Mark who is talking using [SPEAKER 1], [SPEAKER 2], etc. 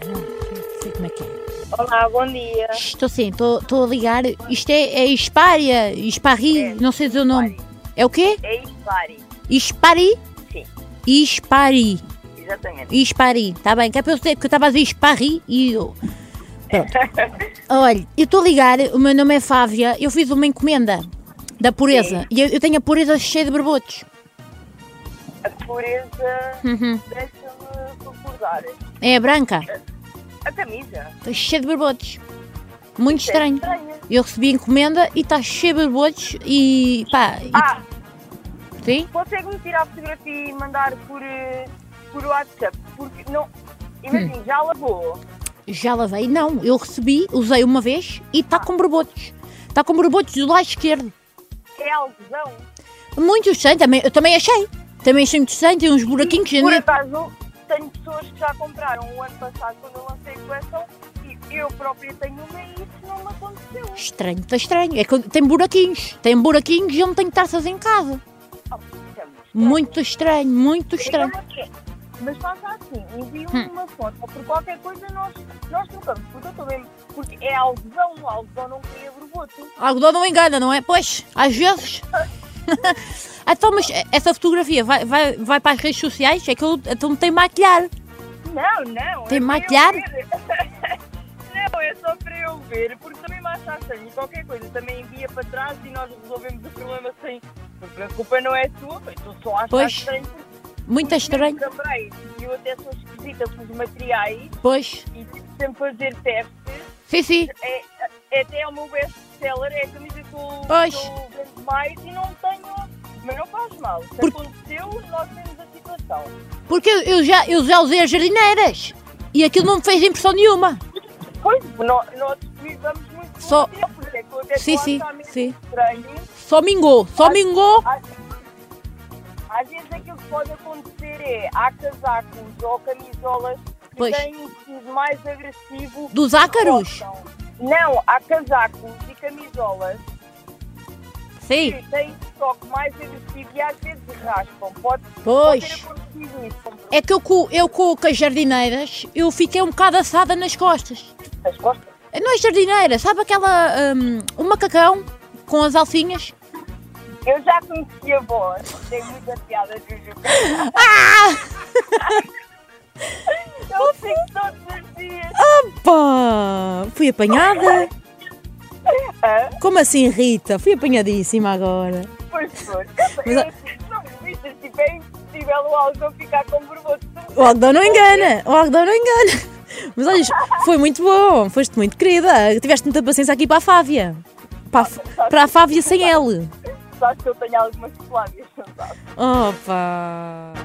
[SPEAKER 1] é
[SPEAKER 2] aqui.
[SPEAKER 1] Olá, bom dia.
[SPEAKER 2] Estou sim, estou estou a ligar. Isto é, é Hispária, Hisparri,
[SPEAKER 1] É,
[SPEAKER 2] não sei dizer o nome. É o quê?
[SPEAKER 1] É Ispari,
[SPEAKER 2] Hispari?
[SPEAKER 1] Sim.
[SPEAKER 2] Hispari.
[SPEAKER 1] exatamente.
[SPEAKER 2] Hispari. Está bem, que é para eu dizer, porque eu estava a dizer Hisparri e eu... Pronto. Olha, eu estou a ligar, o meu nome é Fávia, eu fiz uma encomenda da pureza. E eu, eu tenho a pureza cheia de borbotos.
[SPEAKER 1] A pureza,
[SPEAKER 2] Uhum.
[SPEAKER 1] deixa-me concordar.
[SPEAKER 2] É branca, tá
[SPEAKER 1] A camisa.
[SPEAKER 2] cheia de borbotos. Muito
[SPEAKER 1] isso é
[SPEAKER 2] estranho.
[SPEAKER 1] estranha.
[SPEAKER 2] Eu recebi a encomenda e está cheia de borbotos e pá, e-
[SPEAKER 1] Ah,
[SPEAKER 2] sim?
[SPEAKER 1] consegue-me tirar a fotografia e mandar por, eh, por WhatsApp? Porque não. Imagina,
[SPEAKER 2] Hum.
[SPEAKER 1] já lavou.
[SPEAKER 2] Já lavei. Não, eu recebi, usei uma vez e está com borbotos. Está com borbotos do lado esquerdo.
[SPEAKER 1] É algodão.
[SPEAKER 2] Muito estranho, também, eu também achei. Também achei muito estranho, tem uns buraquinhos.
[SPEAKER 1] Por
[SPEAKER 2] né?
[SPEAKER 1] acaso, tenho pessoas que já compraram o ano passado quando eu lancei a coleção e eu própria tenho uma e isso não me aconteceu.
[SPEAKER 2] Estranho, está estranho. É que tem buraquinhos. Tem buraquinhos e eu não tenho taças em casa.
[SPEAKER 1] Ah, estamos.
[SPEAKER 2] Muito estranho, muito estranho.
[SPEAKER 1] Então, Mas faça assim,
[SPEAKER 2] Hum.
[SPEAKER 1] envie-me uma foto ou por qualquer coisa nós, nós trocamos, porque eu estou mesmo, porque é algodão, o algodão não cria borboto.
[SPEAKER 2] Algodão não engana, não é? Pois, às vezes. então, mas essa fotografia vai, vai, vai para as redes sociais? É que eu então me tenho de maquilhar.
[SPEAKER 1] Não,
[SPEAKER 2] Tem
[SPEAKER 1] não. é para eu
[SPEAKER 2] maquilhar?
[SPEAKER 1] ver. não, é só para eu ver, porque também me acha estranho. Qualquer coisa também envia para trás e nós resolvemos o problema sem. Porque a culpa não é tua, mas tu só achas
[SPEAKER 2] Pois.
[SPEAKER 1] estranho. porque
[SPEAKER 2] Muito
[SPEAKER 1] eu
[SPEAKER 2] estranho.
[SPEAKER 1] Também, e eu até sou esquisita com os materiais
[SPEAKER 2] Pois,
[SPEAKER 1] e tive sempre fazer testes.
[SPEAKER 2] sim, sim.
[SPEAKER 1] é, é até o meu best seller, é a camisa que eu,
[SPEAKER 2] Pois.
[SPEAKER 1] que eu vendo mais e não tenho. Mas não faz mal. Se
[SPEAKER 2] Por-
[SPEAKER 1] aconteceu, nós temos a situação.
[SPEAKER 2] Porque eu, eu já, eu já usei as jardineiras e aquilo não me fez impressão nenhuma.
[SPEAKER 1] Pois, nó- nós vivamos muito
[SPEAKER 2] Só-
[SPEAKER 1] pelo tempo, porque é que eu até
[SPEAKER 2] Sim,
[SPEAKER 1] estou a
[SPEAKER 2] sim,
[SPEAKER 1] achar mesmo
[SPEAKER 2] sim.
[SPEAKER 1] estranho.
[SPEAKER 2] Só mingou, só mingou.
[SPEAKER 1] Às, às vezes aquilo que pode acontecer é há casacos ou camisolas que
[SPEAKER 2] Pois.
[SPEAKER 1] têm um tecido mais agressivo.
[SPEAKER 2] Dos ácaros?
[SPEAKER 1] Não, há casacos e camisolas
[SPEAKER 2] Sim,
[SPEAKER 1] que têm um toque mais agressivo e às vezes raspam. Pode
[SPEAKER 2] pois.
[SPEAKER 1] É
[SPEAKER 2] É que eu, co- eu co- com as jardineiras, eu fiquei um bocado assada nas costas.
[SPEAKER 1] as costas.
[SPEAKER 2] Não é jardineira, sabe aquela. hum, o macacão com as alcinhas?
[SPEAKER 1] Eu já conheci a voz. Tem muita piada, Juju. Eu fico todos os dias.
[SPEAKER 3] Pá, fui apanhada.
[SPEAKER 1] Ah,
[SPEAKER 3] Como assim, Rita? Fui apanhadíssima agora.
[SPEAKER 1] pois foi.
[SPEAKER 3] Mas a-
[SPEAKER 1] Eu assim, fico tão feliz, tipo, é impossível o Aldo ficar com borboto.
[SPEAKER 3] O algodão não engana, o algodão não engana. Mas olha, foi muito bom, foste muito querida. Tiveste muita paciência aqui para a Fávia. Para a, F- para a Fávia sem L.
[SPEAKER 1] Só que eu tenho algumas colábias, não sabe?
[SPEAKER 3] Opa!